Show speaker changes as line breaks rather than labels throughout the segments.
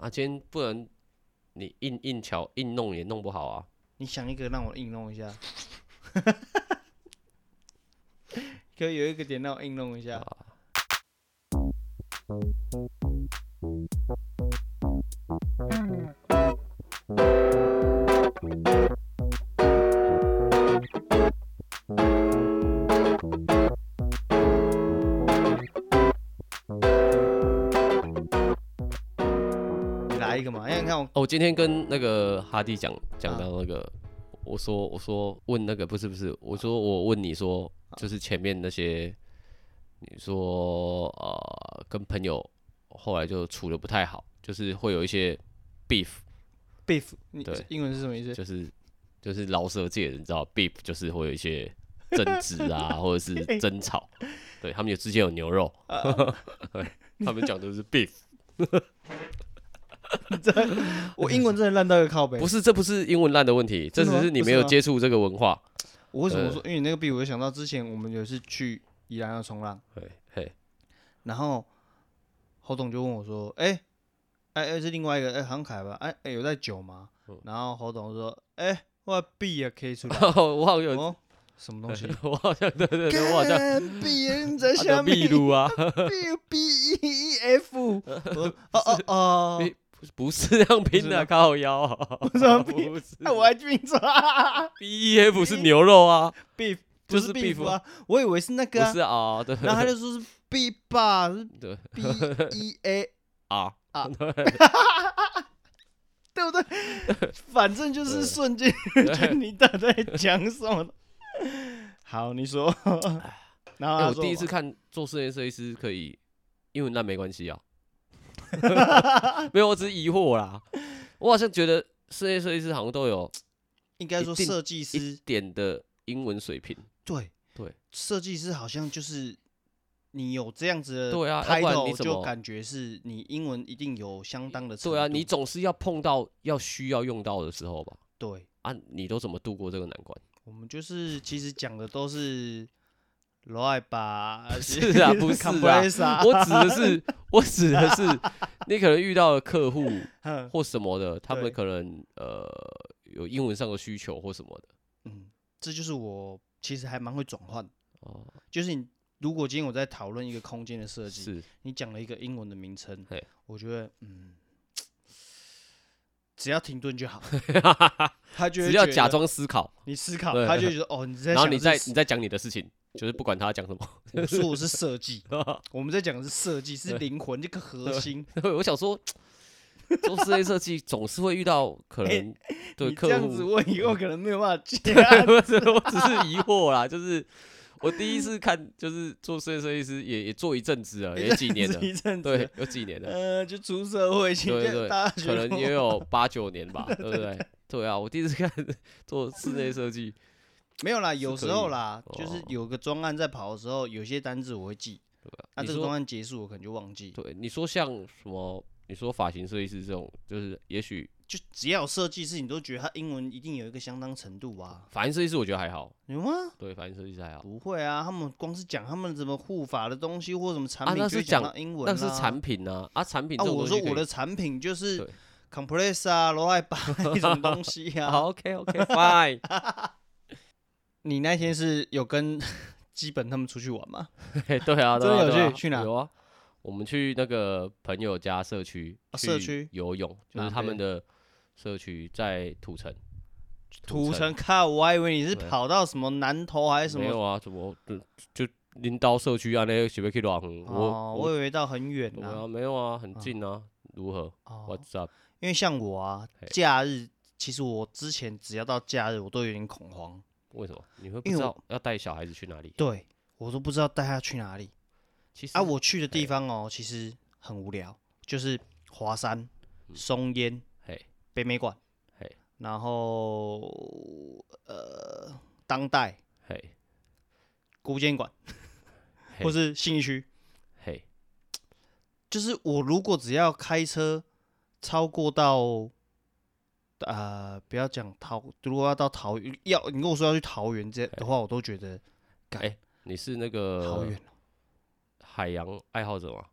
啊，今天不能你硬硬瞧硬弄也弄不好啊。
你想一个让我应弄一下， 可以有一个点让我应弄一下。你来一个嘛，因为你看我
哦，我今天跟那个哈迪讲讲
啊
到那个，我说我说问那个不是不是，我说我问你说，就是前面那些，你说呃跟朋友后来就处的不太好，就是会有一些 beef，
beef，你
对
英文是什么意思？
就是就是饶舌界的你知道 beef 就是会有一些争执啊，或者是争吵，对他们有之间有牛肉， 对他们讲的是 beef，
我英文真的烂到一个靠背。
不是这不是英文烂的问题，这
真
只
的吗
是你
不
没
是
有
吗
接触这个文化，
我为什么
呃
说？因为你那个 beef，我就想到之前我们有一次去宜兰要冲浪，
嘿嘿，。
然后侯董就问我说：“哎、哎、哎、是另外一个哎、航凯吧？哎、哎、有在酒吗？”然后侯董说：“哎、我 B 也可以出来
我好像有
哦，什么东西？
我好像对对呃 对，我好像
别人在
他的
下
秘
面
鲁啊，
B B E E F，我说哦哦哦，
你不是这样拼的，靠腰啊，不
是 这样拼
不是
哎我还拼 错
B E F 是牛肉啊，
，beef
就
就是是
beef
beef 啊，我以为是那
不
个啊
是，啊，对
然后他就说是 B 吧，是
对
B E A，
啊
啊
对
对不对？ 反正就是瞬间
哎
就你到底在讲 什么。好，你说。然后
哎
他
我
说
第一次
嘛
看做室内设计师可以英文烂没关 系啊，没有，我只是疑惑啦，我好像觉得室内设计师好像都有
应该说
一定
设计
一
师，
点的英文水平，
对
对，
设计师好像就是你有这样子的
对啊要不然你
title，
怎
就
么
感觉是你英文一定有相当的程度。
对啊，你总是要碰到要需要用到的时候吧，
对，
啊，你都怎么度过这个难关？
我们就是其实讲的都是罗爱吧，
是啊不是 啊
Compressor
我指的 是，我指的是，你可能遇到了客户
哼
或什么的，他们
对
可能呃有英文上的需求或什么的。
嗯，这就是我其实还蛮会转换，
哦，
就是你如果今天我在讨论一个空间的设计，
是
你讲了一个英文的名称
嘿，
我觉得嗯，只要停顿就 好，他就会
只要
觉
假
得
装思考，
你思考
对，
他就会觉得哦你在
然
想
后
的
你
是
再你再讲你的事情，就是不管他讲什么。
我说我是设计，
哦
我们在讲的是设计是灵魂这个核心，
我想说，做室内设计总是会遇到可能对
哎你这
客
样子
户，
我以后可能没有 办法接
不是，我只是疑惑啦，就是。我第一次看就是做室内设计师，也也做一阵子了，也几年了，
一阵子
对，，有几年了。
呃，就出社会去，
对
就
对
大学
可能
工
也有八九年吧，对不对？对啊，我第一次看做室内设计，
没有啦，有
可
时候
以
啦，就是
哦
有个专案在跑的时候，有些单字我会记，那
啊你
这个
说
专案结束我可能就忘记，
对你说像什么？你说发型设计师这种，就是也许
就只要有设计师，你都觉得他英文一定有一个相当程度吧？
发型设计师我觉得还好，
有吗？
对，发型设计师还好，
不会啊，他们光是讲他们什么护法的东西或什么产
啊
品，
那
就会
是
讲
讲
到英文啦，
但是产品呢？啊，产品
啊，
这种东
我说
西可
我
以
的产 品就是
对
compressor 啊、罗爱吧那种东西 啊。
好，OK OK fine，
你那天是有跟 基本他们出去玩吗？
嘿对啊，对
真的
啊，
有
对啊
去去哪
有啊，我们去那个朋友家社区，
啊社
去
区
游泳，就
哪
是他们
边
的社区在土城，
土城靠，我还以为你是
对啊
跑到什么南投还是什
没有
么，
啊，怎么就就林刀社区啊？那个随便去乱横，
哦
我，
我以为到很远
我
啊
啊。没有啊，很
啊
近啊，如何
哦，
？What's up？
因为像我啊
嘿，
假日其实我之前只要到假日，我都有点恐慌，
为什么你会不
因为
知
我
道要带小孩子去哪里？
对我都不知道带他去哪里
其实
啊。我去的地方哦，其实很无聊，就是华山、松烟、
嘿
北美馆，
嗯嘿
然后呃，当代
嘿
古建馆，
嘿
或是信义区。
嘿，
就是我如果只要开车超过到，呃，不要讲桃，如果要到桃园，要你跟我说要去桃园这的话，我都觉得干
哎你是那
好
个
远哦。
海洋爱好者吗？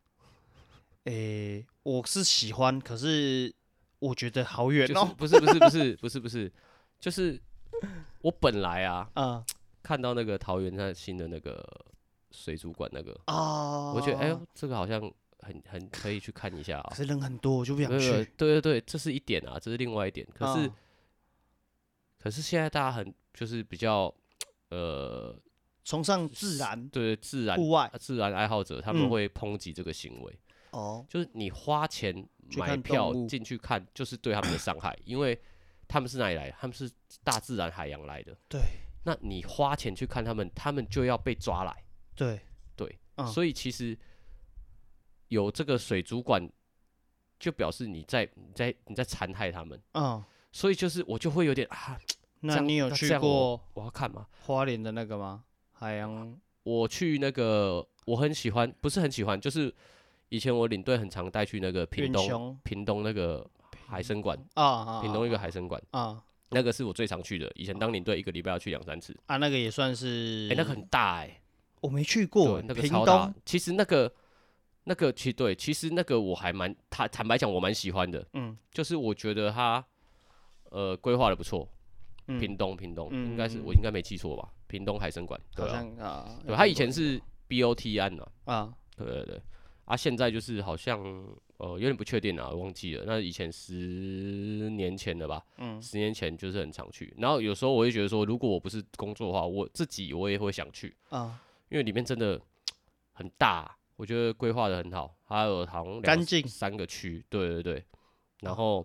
诶，我是喜欢，可是我觉得好远
就是
哦。
不是不是不是不是不是，就是我本来啊
啊
看到那个桃园那新的那个水族馆那个，
啊！
我觉得哎呦，这个好像很很可以去看一下啊
可。是人很多，我就不想
没有没有
去。
对对对，这是一点啊，这是另外一点。可是、
啊
可是现在大家很就是比较呃
崇尚自然
对自然呃
户外
自然爱好者，他们
嗯
会抨击这个行为，
哦，
就是你花钱
去
买
看
票
动物
进去看，就是对他们的伤害，因为他们是哪里来的？他们是大自然海洋来的。
对
那你花钱去看他们，他们就要被抓来。
对
对，
嗯
所以其实有这个水族馆，就表示你在你在你在残害他们。
啊。
所以就是我就会有点啊，这
那
样
你有
那
去
这样
过
我要看嘛。
花莲的那个吗？海洋
我去那个我很喜欢，不是很喜欢，就是以前我领队很常带去那个屏
远
东
雄
屏东那个海参馆，
啊啊，
屏东一个海参馆，
啊啊
那个是我最常去的。以前当领队一个礼拜要去两三次，
啊，那个也算是
哎、那个很大哎、
我没去
对
过，，
那个
屏
超大
东。
其实那个那个其对，其实那个我还蛮坦坦白讲，我蛮喜欢的。
嗯，
就是我觉得他呃规划的不错。
嗯
屏东，屏东、
嗯
应该是
嗯
我应该没记错吧？屏东海参馆，对
好
啊，
像啊，
对，
有
他
听
以前
过
是 BOT 案啊，
啊
对对对，啊，现在就是好像呃有点不确定啊，忘记了。那以前十年前了吧，
嗯
十年前就是很常去。然后有时候我会觉得说，如果我不是工作的话，我自己我也会想去，
啊，
因为里面真的很大，我觉得规划的很好，它有好像两
干净哦
三个区，对对对。然后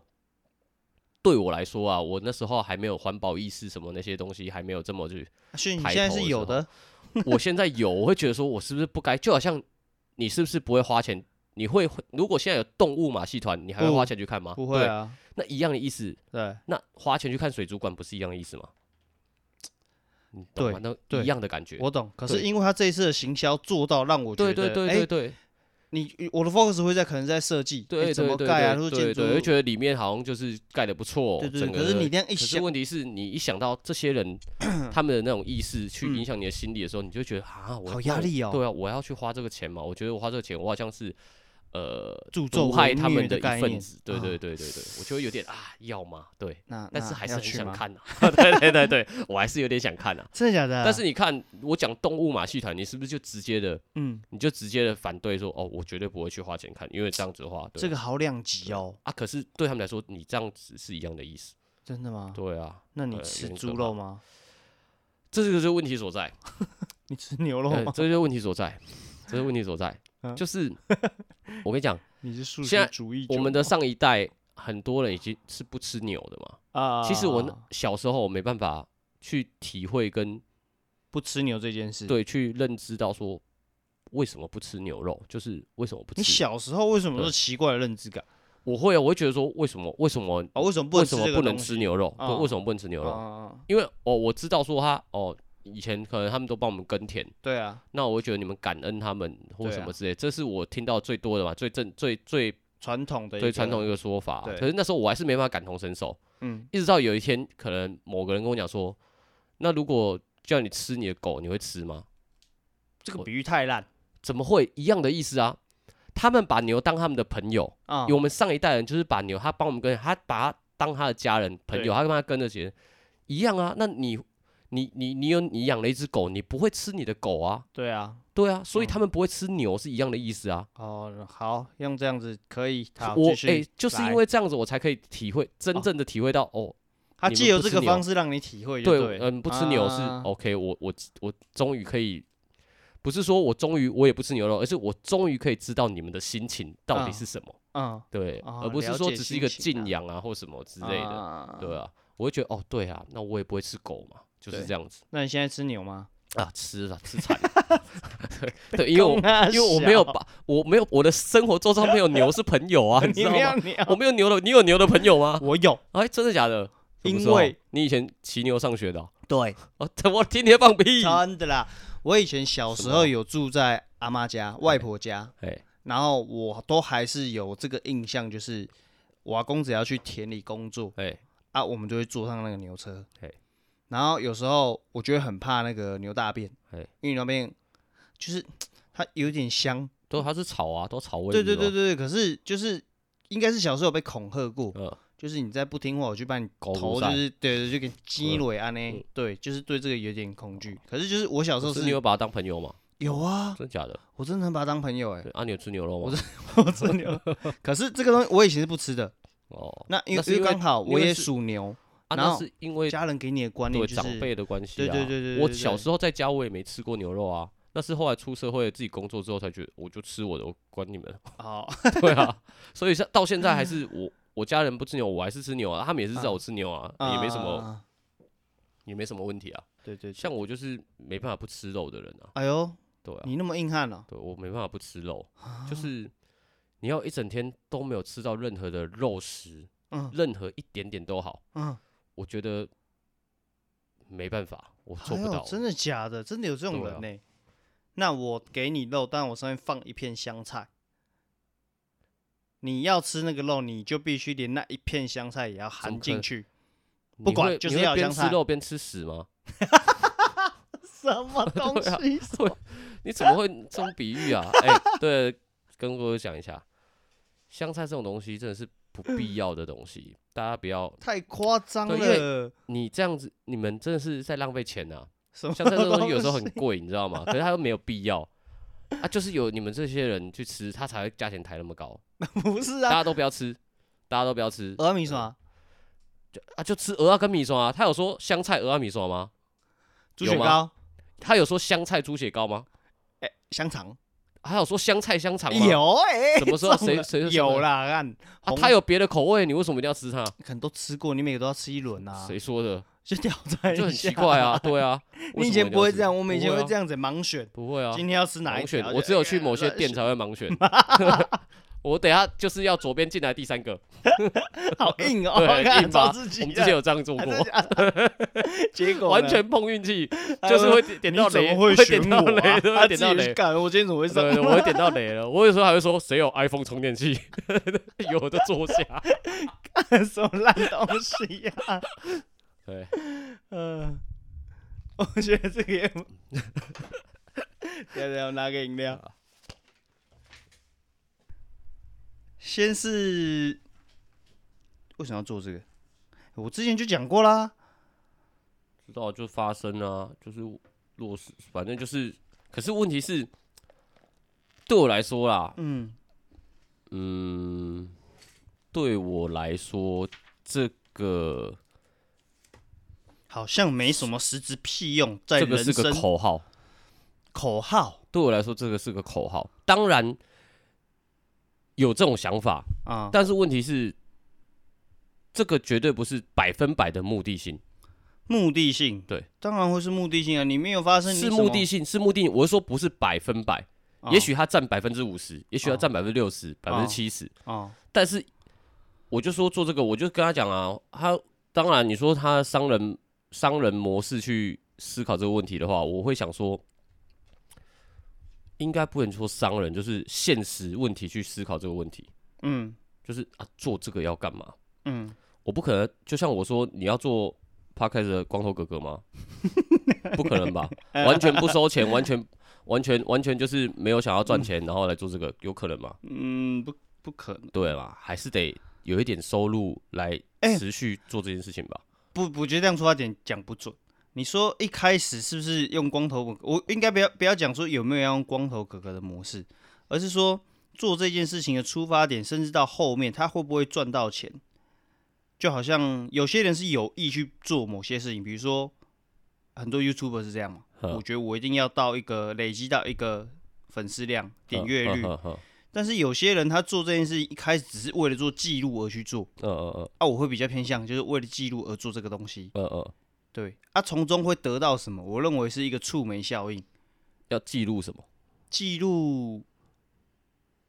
对我来说啊，我那时候还没有环保意识什么那些东西，还没有这么去。
所以你
抬
现在
头
是
的
有
时
的
我现在有，我会觉得说我是不是不该？就好像你是不是不会花钱？你会如果现在有动物马戏团，你还会
不
花钱去看吗？
不会
对，
啊，
那一样的意思。
对
那花钱去看水族馆不是一样的意思吗？你懂吗？那
对
一样的感觉。
我懂。可
对
是因为他这一次的行销做到让我觉
对
得，
对对
哎
对对。
你我的 focus 会在可能在设计，
对
哎
对
怎么
对
盖啊，
对
或者
对
建筑
对，就觉
物，
得里面好像就是盖的不错，哦
对对。
整
可
个
是你这样一
可是
想，
问题是你一想到这些 人他们的那种意识去影响你的心理的时候，你就觉得啊，我
嗯好压力哦
对啊，我要去花这个钱嘛，我觉得我花这个钱，我好像是呃
诅咒
毒害
文
他
虐
们
的
一
概
份
念
子，对
啊
对对对对，我就会有点啊，要吗？对，
那
但
那
是还是
要
很
去
想
吗，
看啊， 对对对对，我还是有点想看 啊。
真的假的？
但是你看，我讲动物马戏团，你是不是就直接的，
嗯，
你就直接的反对说，哦，我绝对不会去花钱看，因为这样子的话，对
这个好两极哦，
啊，可是对他们来说，你这样子是一样的意思。
真的吗？
对啊，
那你
呃
吃
有点
猪
可
肉
怕
吗？
这就是问题所在，
你吃牛肉
呃
吗？
这就是问题所在，这是问题所在。
嗯
就是我跟你讲，
你是素
现
食
在
主义者吗？
我们的上一代很多人已经是不吃牛的嘛。
啊，
其实我那小时候我没办法去体会跟
不吃牛这件事，，
对去认知到说为什么不吃牛肉，就是为什么不
你
吃。
小时候为什么
对
是奇怪的认知感
我会啊，我会觉得说为什么为什么
啊？为什么不
为
能
什
吃
么
这
不
个
能
东
吃
西？
牛肉？对，
啊
为什么不能吃牛
啊
肉？
啊啊
因为哦，我知道说他哦，以前可能他们都帮我们耕田，
对啊，
那我会觉得你们感恩他们或
对
什么
啊
之类，这是我听到最多的嘛，最正最最
传统的
最
一
传
个
统一个说法啊。
对
可是那时候我还是没办法感同身受，
嗯，
一直到有一天，可能某个人跟我讲说，那如果叫你吃你的狗，你会吃吗？
这
我
个比喻太烂
怎么会一样的意思啊？他们把牛当他们的朋友，
啊
因为我们上一代人就是把牛，他帮我们跟他把他当他的家人朋友，
对
他跟他跟着起一样啊。那你你你你有你养了一只狗，你不会吃你的狗啊，
对啊，
对啊，所以
嗯
他们不会吃牛是一样的意思啊。
哦，好，用这样子可以。好
我
继续
哎、就是
来
因为这样子，我才可以体会真
哦
正的体会到哦，
他
你
借
们
由
不
这
吃
个
牛
方式让你体会就
对，
对，
嗯，不吃牛是
啊
OK，我我我终于可以，不是说我终于我也不吃牛肉，而是我终于可以知道你们的心情到底
嗯
是什么，
嗯
对，
哦
而不是
了
说
解
只是
心
一个
情啊
敬仰啊或什么之类的，
的
对。啊，我会觉得哦，对啊，那我也不会吃狗嘛，就是
对
这样子
那你现在吃牛吗？
啊，吃啊，吃惨， 对，因为我
公啊
因为我没有
小
把我没有我的生活周遭没有牛是朋友 啊，你知
你
道
没有
吗？
牛，
我没有牛的，你有牛的朋友吗？
我有，
哎，真的假的？什么
因
时候
为
你以前骑牛上学的哦、
对，
哦， 等我天天放屁。
真的啦。我以前小时候有住在阿妈家、外婆家，
哎，
然后我都还是有这个印象，就是我阿公只要去田里工作
哎，
啊，我们就会坐上那个牛车
嘿。
然后有时候我就会很怕那个牛大便
嘿，
因为牛大便就是它有点香，
都它是草啊，都草味。
对对对
对，
对，对可是就是应该是小时候有被恐吓过，
嗯
就是你再不听话，我就把你
狗奴
头就
赛
是对对，就
嗯
给你击尾啊呢。对，就是对这个有点恐惧。可是就是我小时候
是
是
你有把他当朋友吗？
有啊，
真假的？
我真的很把他当朋友哎、
对啊，你有吃牛肉吗？
我真的有。可是这个东西我以前是不吃的，
哦，
那因
那
为
是因为
刚好
因
我
为
也
是
属牛，
啊，
然
那
后
是因为
家人给你的观念
对
就
长
是
辈的关系
对
啊。
对对对对
我
对
小时候在家我也没吃过牛肉啊，那是后来出社会自己工作之后才觉得，我就吃我的，我管你们。
哦，
对啊，所以像到现在还是
嗯
我我家人不吃牛，我还是吃牛啊，他们也是知道我吃牛啊，也没什么
啊，
也没什么问题啊。
对对，对
像我就是没办法不吃肉的人啊，
哎呦，
对啊，
你啊那么硬汉哦，
对我没办法不吃肉，就是你要一整天都没有吃到任何的肉食，
嗯
任何一点点都好，
嗯，
我觉得没办法，我做
哎
不
呦
到。
真的假的？真的有这种
对
人
啊
呢、那我给你肉，但我上面放一片香菜。你要吃那个肉，你就必须连那一片香菜也要
怎么
含
可
进
能
去。
你
不管
会
就是
你会
要有
边
香菜
吃肉边吃屎吗？
什么东
对啊
西？
你怎么会这种比喻啊？哎、对，跟各位讲一下，香菜这种东西真的是不必要的东西，大家不要
太夸张
对因为
了！
你这样子，你们真的是在浪费钱啊呐、
什么
香菜这种东西有时候很
东西
贵，你知道吗？可是它又没有必要啊，就是有你们这些人去吃，它才会价钱抬那么高。
不是
大
啊，
家都不要吃，大家都不要吃
俄米耍
嗯啊，就吃鹅啊跟米刷啊。他有说香菜鹅啊米刷吗？
猪
有
血
吗
糕、
他有说香菜猪血糕吗？
香肠
还有说香菜香肠吗？
有哎，
怎么说
中了
谁谁
有啦？看
啊，
红
他有别的口味，你为什么一定要吃它？
可能都吃过，你每个都要吃一轮啊，
谁说的？
就挑战
就
一
很奇
下
怪啊，。对 啊。为
你以
什么
前
一定要
不会
吃
这样，我们以前
不
会
啊
这样子盲选。
不会啊，
今天要吃哪一
盲选
条，哎
我只有去某些店才会盲选。 我等一下就是要左边进来第三个，
好硬 哦，
对
看
很硬吧
找自己
我
啊
们之前有这样做
还
过
真，假的结果呢
完全碰运气，
哎
就是
我
会点点
你
到
怎
雷，
么会选
点
我
到
啊
雷，对
他
会点
自己
到
去
雷。
干，我今天怎么会上？
对，对我会点到雷了。我有时候还会说，谁有 iPhone 充电器？ 有的坐下。
什么烂东西呀、啊？
对，
嗯、 我觉得这个也， 等一下我拿个饮料。先是为什么要做这个？我之前就讲过啦，
知道就发生啊，就是弱势，反正就是。可是问题是，对我来说啦，
嗯，
嗯，对我来说，这个
好像没什么实质屁用，在
这
人
个是
生
个口号，
口号
对我来说，这个是个口号。当然有这种想法，
啊，
但是问题是，这个绝对不是百分百的目的性，
目的性
对，
当然会是目的性啊，你没有发生你
是
什
目
么
的，性，是目的性。我是说不是百分百，
啊
也许它占百分之五十，也许它占百分之六十、百分
哦
之七十，
啊，
但是我就说做这个，我就跟他讲啊，他当然你说他商人商人模式去思考这个问题的话，我会想说，应该不能说商人，就是现实问题去思考这个问题，
嗯
就是啊做这个要干嘛？
嗯，
我不可能，就像我说你要做 podcast 的光头哥哥吗？不可能吧，完全不收钱，完全完全完全就是没有想要赚钱，然后来做这个，有可能吗？
嗯，不不可能，
对嘛，还是得有一点收入来
哎
持续做这件事情吧。
不，我觉得这样出发点讲不准。你说一开始是不是用光头哥？我应该不要不要讲说有没有要用光头哥哥的模式，而是说做这件事情的出发点，甚至到后面他会不会赚到钱。就好像有些人是有意去做某些事情，比如说很多 YouTuber 是这样嘛，
嗯
我觉得我一定要到一个累积到一个粉丝量、点阅率，
嗯嗯
但是有些人他做这件事一开始只是为了做记录而去做，
嗯
啊，我会比较偏向就是为了记录而做这个东西，
嗯嗯，
对，啊，从中会得到什么？我认为是一个触媒效应，
要记录什么？
记录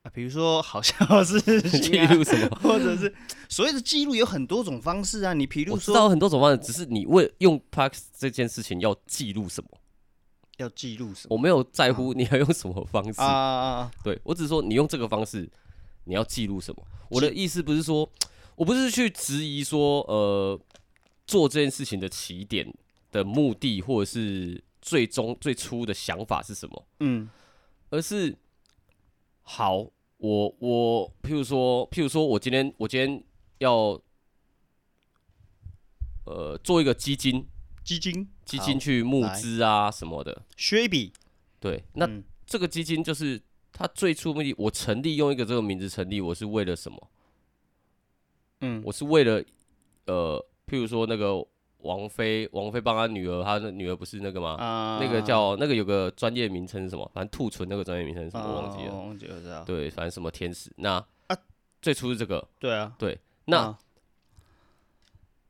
啊，比如说好像是
记录什么？
啊或者是所谓的记录有很多种方式啊，你 比如
我知
说
道很多种方式，只是你为用 Parks 这件事情要记录什么，
要记录什么
我没有在乎你要用什么方式。
啊啊，啊
对我只是说你用这个方式，你要记录什么。我的意思不是说，我不是去质疑说，呃，做这件事情的起点的目的，或者是最终最初的想法是什么。
嗯
而是好，我我譬如说譬如说我今天我今天要呃做一个基金
基金
基金去募
来
资啊什么的，
薛比，
对，那
嗯
这个基金就是它最初目的，我成立用一个这个名字成立，我是为了什么？
嗯
我是为了呃，譬如说那个王菲，王菲帮她女儿，她的女儿不是那个吗？
啊
那个叫那个有个专业名称是什么？反正兔唇那个专业名称是什么、我忘记
啊
了。
忘记了，知道
对，反正什么天使。那
啊
最初是这个。
对啊，
对，那、
啊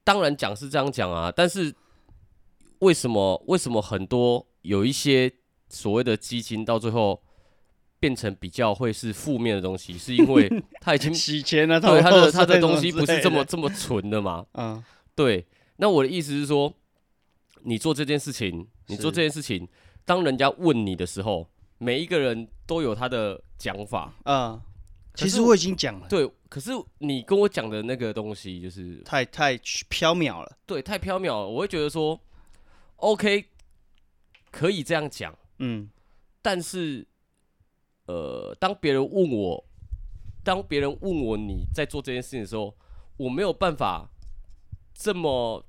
当然讲是这样讲啊，但是为什么为什么很多有一些所谓的基金到最后变成比较会是负面的东西，是因 为它已经
洗钱啊，
对 它
透
的
视
它的
这种
东西
之
不是
类
这么
的，
这么纯的嘛？
嗯
对，那我的意思是说，你做这件事情，你做
是
这件事情，当人家问你的时候，每一个人都有他的讲法。
嗯，
可
其
是
实我已经讲了，
对，可是你跟我讲的那个东西，就是
太太缥缈了，
对太缥缈了，我会觉得说，OK，可以这样讲，
嗯
但是，呃，当别人问我，当别人问我你在做这件事情的时候，我没有办法这么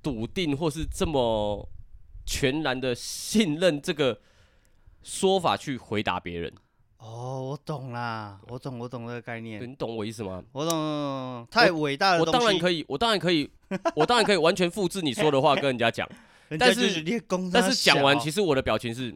笃定，或是这么全然的信任这个说法去回答别人。
哦，我懂啦，我懂，我懂这个概
对
念，
你懂我意思吗？
我懂我懂，太伟大的
我
东西，
当然可以，我当然可以，我当然可以完全复制你说的 话跟人家讲，
人
但
家就是练功，啊
但是讲完，其
实
实我的表情 是，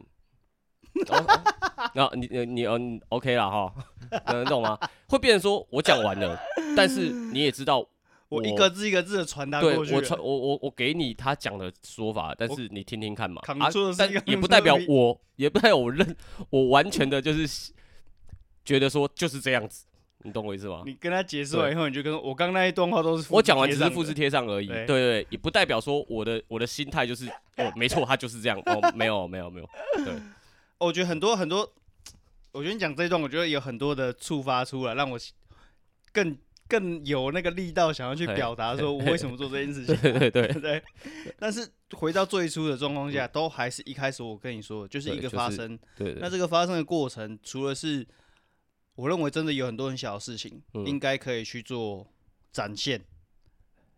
哦哦那、你你你嗯、你 OK 了哈， 能懂吗？会变成说我讲完了，但是你也知道
我一个字一个字的传达
对
过去了，
我传我我我给你他讲的说法，但是你听听看嘛，
扛
啊
住的是
但
一个
也
扛
不
住
代
的
表
力
我，也不代表我认我完全的就是觉得说就是这样子，你懂我意思吗？
你跟他结束完以后，你就跟我刚刚那一段话都是复
我
制
讲完
贴
只是
上
复
的
制贴上而已，对
对
对，也不代表说我的我的心态就是哦，没错，他就是这样，哦，没有没有没有，对，
哦我觉得很多很多，我觉得你讲这一段，我觉得有很多的触发出来，让我更更有那个力道，想要去
嘿
表达说我为什么做这件事情，
对对对嗯
对不 对？但是回到最初的状况下，都还是一开始我跟你说的，就是
对
一个
就是
发生。
对对
那这个发生的过程，除了是我认为真的有很多很小的事情，
嗯
应该可以去做展现，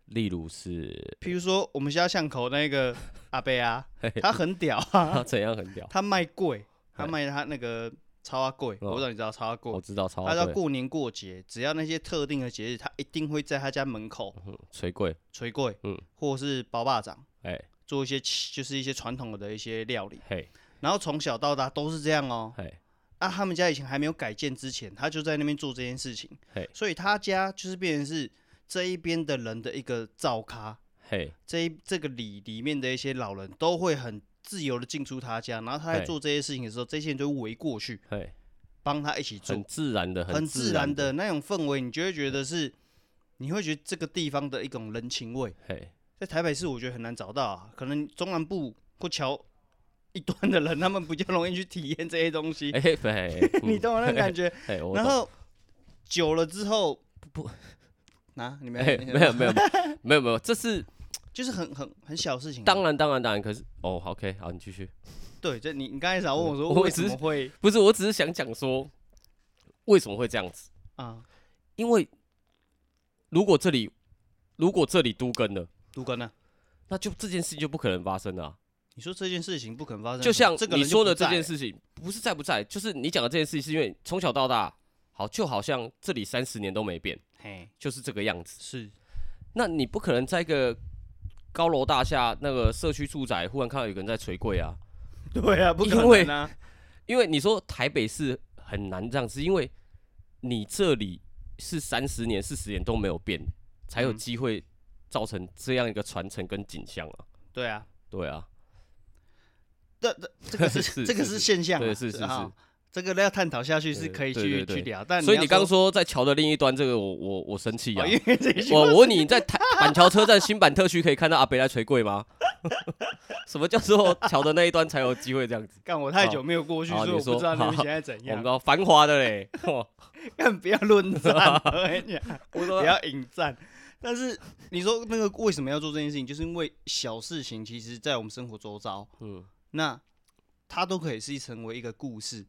例如是
譬如说我们家巷口那 个阿贝啊，他很屌啊，
他 怎样很屌，
他卖贵，他
嘿
卖他那个超阿贵，
哦
我让你知道超阿贵
我，知道超
他到
对，
过年过节，只要那些特定的节日，他一定会在他家门口
嗯捶柜，
捶柜，
嗯
或是包霸掌，
哎
做一些奇就是一些传统的一些料理。
嘿
然后从小到大都是这样哦。
嘿
啊，他们家以前还没有改建之前，他就在那边做这件事情
嘿，
所以他家就是变成是这一边的人的一个灶咖。
嘿，
这一这个里里面的一些老人都会很自由的进出他家，然后他在
嘿
做这些事情的时候，这些人就围过去
嘿，
帮他一起做
很，自然的，
很
自
自
然
然，的那种氛围，你就会觉得是，你会觉得这个地方的一种人情味，
嘿，
在台北市我觉得很难找到、啊，可能中南部或桥一端的人，他们比较容易去体验这些东西，
哎嘿嘿，
你
嗯
懂我那种感觉。
嘿，我
然
懂
后久了之后
不
啊，你们
哎没有没有没有没有，这是
就是很很很小的事情啊、
当然当然当然，可是哦好，OK，好，你继续。
对，这你你刚才想问我说
我
为
只
什
是
么会
不是，我只是想讲说，为什么会这样子？
啊
因为如果这里如果这里都跟了，
读根呢？
那就这件事情就不可能发生了啊、
你说这件事情不可能发生，
就像
这个
你
人就
说
不
的这
在
件
了，
事情，不是在不在，就是你讲的这件事，是因为从小到大，好，就好像这里三十年都没变，
嘿，
就是这个样子。
是
那你不可能在一个高楼大厦、那个社区住宅，忽然看到有个人在捶柜啊，
对啊，不
因
可
为
能啊，
因为你说台北市很难这样，是因为你这里是三十年、四十年都没有变，才有
嗯
机会造成这样一个传承跟景象啊。
对啊，
对啊，
这这这个
是
是这个
是
是现象啊，
对是是
啊
是，
这个要探讨下去
对
是可以
对
去
对对
去聊，但
所以
要
你刚说在桥的另一端，这个我我我生气啊
哦，！因为这句
我我问你，你在台板桥车站新版特区可以看到阿北来捶柜吗？ 什么叫做桥的那一端才有机会这样子？
干我太久没有过去，
好
所以
你
我
说
不知道你们
好
现在怎
我们
样，
都繁华的 嘞，哦
干不要 论战，我跟你讲
我
不
说
要引战。但是你说那个为什么要做这件事情，就是因为小事情，其实在我们生活周遭，
嗯
那它都可以是成为一个故事。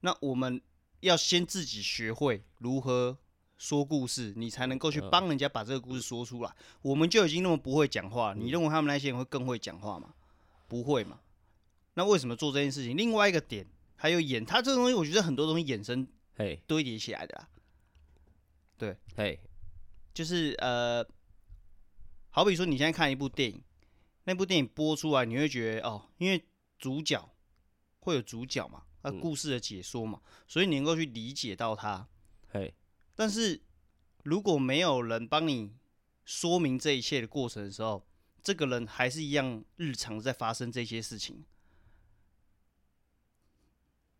那我们要先自己学会如何说故事，你才能够去帮人家把这个故事说出来。我们就已经那么不会讲话，你认为他们那些人会更会讲话吗？不会嘛？那为什么做这件事情？另外一个点还有衍，他这个东西我觉得很多东西衍生
嘿，
堆叠起来的啊啦，
嘿，
就是呃，好比说你现在看一部电影，那部电影播出来，你会觉得哦，因为主角会有主角嘛，那
嗯
故事的解说嘛，所以你能够去理解到他。
嘿，
但是如果没有人帮你说明这一切的过程的时候，这个人还是一样日常在发生这些事情。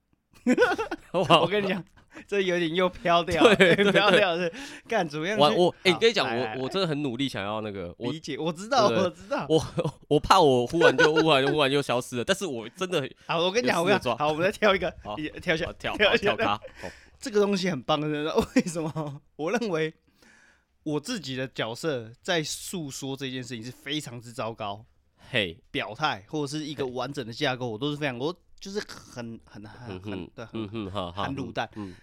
我
我
跟你，讲，这有点又飘掉，
哦对对
飘掉是干怎么样去？
我我，哎，
好
你跟你讲，
来来
我我真的很努力想要那个，我
理解，我知道，
对对
我知道。
我我怕我忽然就忽然忽然就消失了，但是我真的
好，我跟你讲，
有
我
事
跟你
抓
讲，好，我们再挑一个
好，
一挑一下
好， 跳
跳
好
下
跳
来
咖，哦好
这个东西很棒，真的。为什么？我认为我自己的角色在诉说这件事情是非常之糟糕。
嘿，
表态或者是一个完整的架构，我都是非常我就是很很很
嗯
啊很
哼
对，很
嗯哼，好好，
含卤蛋
嗯，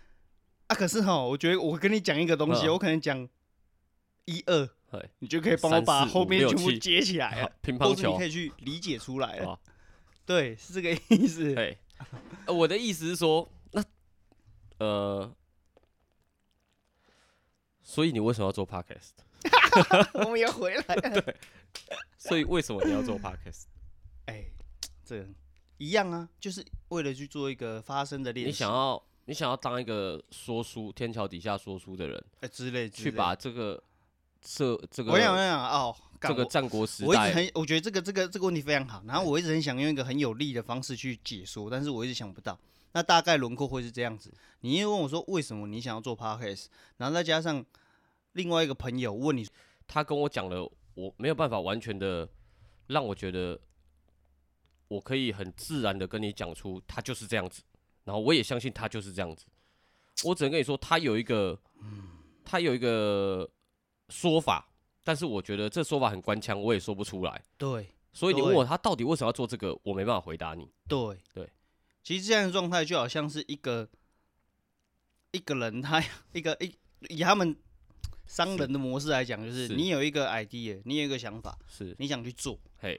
啊。可是哈，我觉得我跟你讲一个东西，
嗯
我可能讲一二，
嘿，
你就可以帮我
三
把
四
后
五
面
六
全部
七
接起来
好
了，
乒
或
乓
者你
球
可，以去理解出来了
好。
对，是这个意思。
嘿，呃我的意思是说，那呃，所以你为什么要做 podcast？
我们要回来了，
所以为什么你 要做 podcast？
哎，这个一样啊，就是为了去做一个发声的练习，
你想要你想要当一个说书天桥底下说书的人，
哎之类之
去
类
把这个这这
我想
个
想哦，干
这个
我
战国时
我一直
代，
很，我觉得这个这个这个问题非常好，然
哎
后我一直很想用一个很有力的方式去解说，但是我一直想不到。那大概轮廓会是这样子，你因为问我说为什么你想要做 podcast，然后再加上另外一个朋友问你，
他跟我讲了，我没有办法完全的让我觉得我可以很自然的跟你讲出他就是这样子，然后我也相信他就是这样子。我只能跟你说，他有一个，他有一个说法，但是我觉得这说法很官腔，我也说不出来。
对
所以你问
对
我他到底为什么要做这个，我没办法回答你。
对
对，
其实这样的状态就好像是一个一个人他 一个一以他们商人的模式来讲，就是
是
你有一个 idea，你有一个想法，
是，
你想去做，
嘿，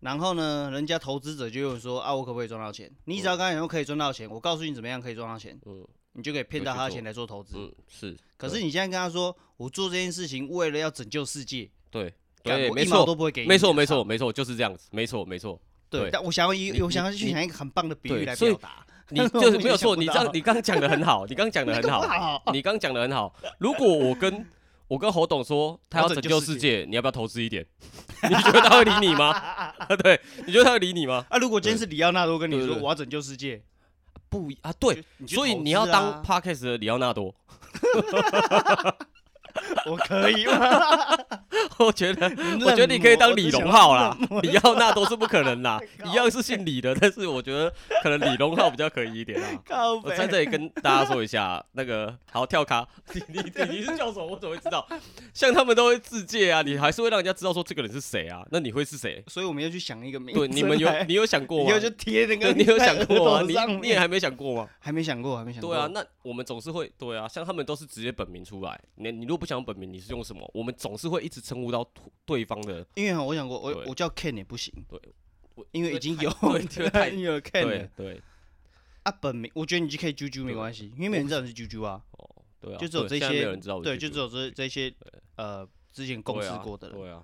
然后呢，人家投资者就有说啊，我可不可以赚到钱？你只要跟他讲说可以赚到钱，我告诉你怎么样可以赚到钱，
嗯
你就可以骗到他的钱来做投资。
嗯，是。
可是你现在跟他说，我做这件事情为了要拯救世界，
对
干
对，
我
没
一毛
错，
都不会给你，啊
没错，没。错，没错，就是这样子，没错，没错。
对
对，
但我想要
你
一，我想要
你
去想一个很棒的比喻
对
来
所以
表达，
你
但是我
就是
目
没有
前想
错，
不
你
到
这样，你刚刚讲的很好，你刚刚讲的很好，
好，
你刚刚讲的很好。如果我跟我跟侯董说他
要
要
拯
拯
救
救
世
世界，你要不要投资一点？ 你觉得他会理你吗？ 对，你觉得他会理你吗？
啊，如果今天是里奥纳多跟你
对
说
对对
我要拯救世界，
不一啊，对，
就去
所以
投
你要
资啊
当 podcast 的里奥纳多，
我可以吗？
我觉得
你
我觉得你可以当李荣浩 啦
啊认我，
里奥纳多是不可
，
能啦
靠
一样是姓李的，但是我觉得可能李荣浩比较可以一点啦。
靠
我
北
在这里跟大家说一下，那个好跳咖， 你你你你是叫什么？我怎么会知道？像他们都会自介啊，你还是会让人家知道说这个人是谁啊？那你会是谁？
所以我们要去想一个名字
对，
来。
你们有你有想 过
以
吗
后？就贴那 个
对，你有想过吗？
在额头上
你你也还没想过吗？
还没想过，还没想过。
对啊，，那我们总是会对啊，像他们都是直接本名出来，你你如果不想用本名，你是用什么？我们总是会一直称呼到对方的，
因为我想过，我
对
我叫 Ken 也不行，
对我
因为已经有
对这个 太
已经有 Ken
对
了
对
啊，本名我觉得你就可以啾啾没关系，因为没人知道你是啾啾啊，
哦对啊，
就只有
对
这
现在没
些
有人知道，我
对，
是
就
猪
只有这这些呃之前共事过的人，
啊对啊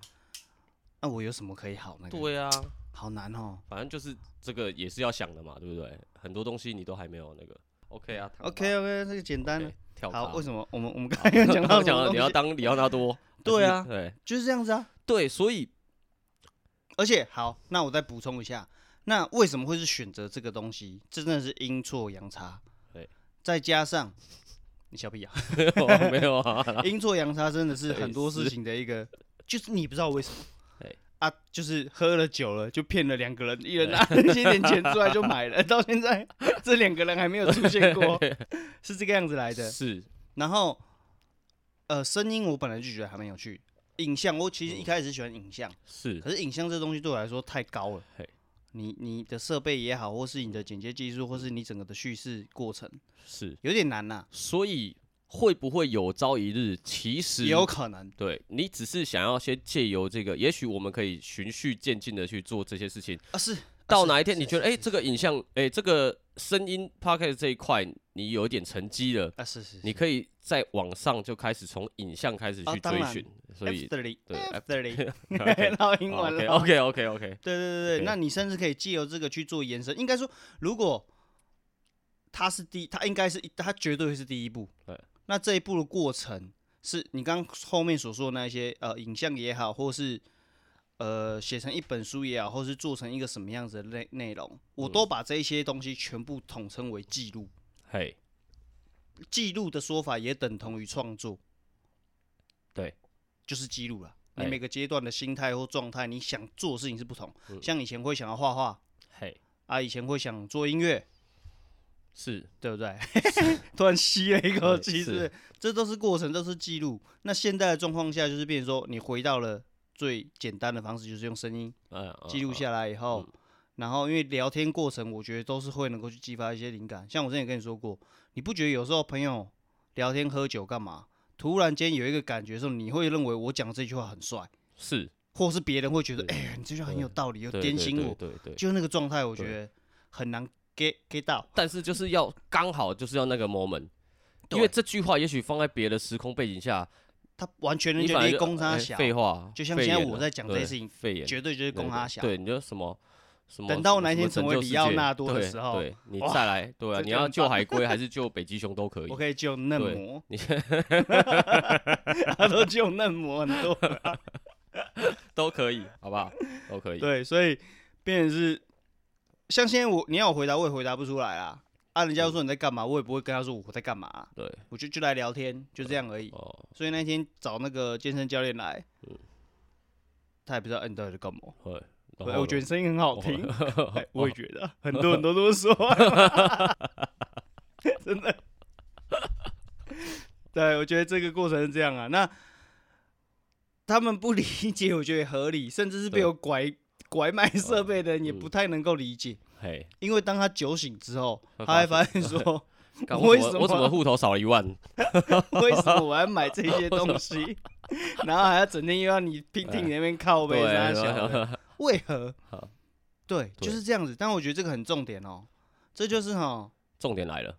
那我有什么可以好那
对啊
个？
对啊，
好难哦。
反正就是这个也是要想的嘛，对不对？很多东西你都还没有那个 OK 啊躺吧
OK OK，这个简单了
OK，。跳
好，为
什
什么我们我们刚才 讲到
讲
什么
了
东
你要
西
当里奥纳多？
对啊
可是对
就是这样子啊。
对，所 以
而且好，那我再补充一下，那为什么会是选择这个东西？这真的是阴错阳差。
对，
再加上你小屁啊，
没有啊，
阴错阳差真的是
对
很多事
是
情的一个，就是你不知道为什么
对。
啊，就是喝了酒了，就骗了两个人，一人拿那些点钱出来就买了，到现在这两个人还没有出 现过，是这个样子来的。
是
然后，呃，声音我本来就觉得还蛮有趣，影像我其实一开始喜欢影像，
是
可是影像这东西对我来说太高了
嘿，
你你的设备也好，或是你的剪接技术，或是你整个的叙事过程，
是，
有点难呐、啊
所以会不会有朝一日，其实
也有可能。
对你只是想要先借由这个，也许我们可以循序渐进的去做这些事情。
啊，是
到哪一天你觉得，哎、这个影像，哎、这个声音 p o c k e t 这一块，你有一点成绩了，
啊，是是，
你可以在网上就开始从影像开始
啊
去
当
追
然
寻。所以
F 里
对
F 里
OK
老英 文了。
OK OK OK，
对对对
OK
对，那你甚至可以借由这个去做延伸。应该说，如果他是第，他应该是他绝对会是第一步。
对，
那这一步的过程是你刚后面所说的那一些呃影像也好，或是呃写成一本书也好，或是做成一个什么样子的内内容，我都把这一些东西全部统称为记录。
嘿，
记录的说法也等同于创作，
对，
就是记录了。
哎
你每个阶段的心态或状态，你想做的事情是不同。
嗯
像以前会想要画画，
嘿，
啊，以前会想做音乐，
是
对不对？ 突然吸了一口
对
气，
哎是
是不是这都是过程，都是记录。那现在的状况下，就是变成说，你回到了最简单的方式，就是用声音
嗯，嗯
记录下来以后，然后因为聊天过程，我觉得都是会能够去激发一些灵感。像我之前也跟你说过，你不觉得有时候朋友聊天喝酒干嘛，突然间有一个感觉的时候，你会认为我讲这句话很帅，
是
或是别人会觉得，哎、你这句话很有道理，又
对
点
对
醒
对
我，
对对。
就那个状态，我
对
觉得很难 get get 到。
但是就是要刚好就是要那个 moment，因
对
为这句话也许放在别的时空背景下，
他完全
你
就
反而
连
就
攻他
哎
小，
废话，
就像
肺
现在
炎
我
了
在讲这些
对
事情
肺炎，
绝对就是攻
对
他
对
小。
对，你就什么什么？
等到
什
哪一
么
天
拯
成为
救
里
世
奥
界
纳多的
对
时候
对你
哇
再来，对啊，
这
你
就
要
很
救
棒
海龟还是救北极熊都可以
我。可以救嫩
对
模，
你
他都救嫩模很多。
哎都可以，好不好？都可以。
对，所以变成是，像现在我你要我回答，我也回答不出来啦。啊，人
嗯
家说你在干嘛，我也不会跟他说我在干嘛、啊
对，
我就就来聊天，就这样而已。
哦嗯
所以那天找那个健身教练来，他也不知道哎你到底在干嘛。
会。然
哎
后
我觉得
呢
你声音很好 听，
哦
哎我也觉得很多很多都说，真的。对，我觉得这个过程是这样啊。那他们不理解，我觉得也合理，甚至是被
对
我拐拐卖设备的人也
嗯
不太能够理解，
嘿，
因为当他酒醒之后，
会
他会
发
发现说，
干
为
什
什
我怎么
么
户头少了一 万？
为什么我要买 这些东西，然后还要整天又要你听听你那边靠背，啥小的。
哎对，
为何
好？
对，
对
就是这样子。但我觉得这个很重点哦，这就是哈、
重点来了，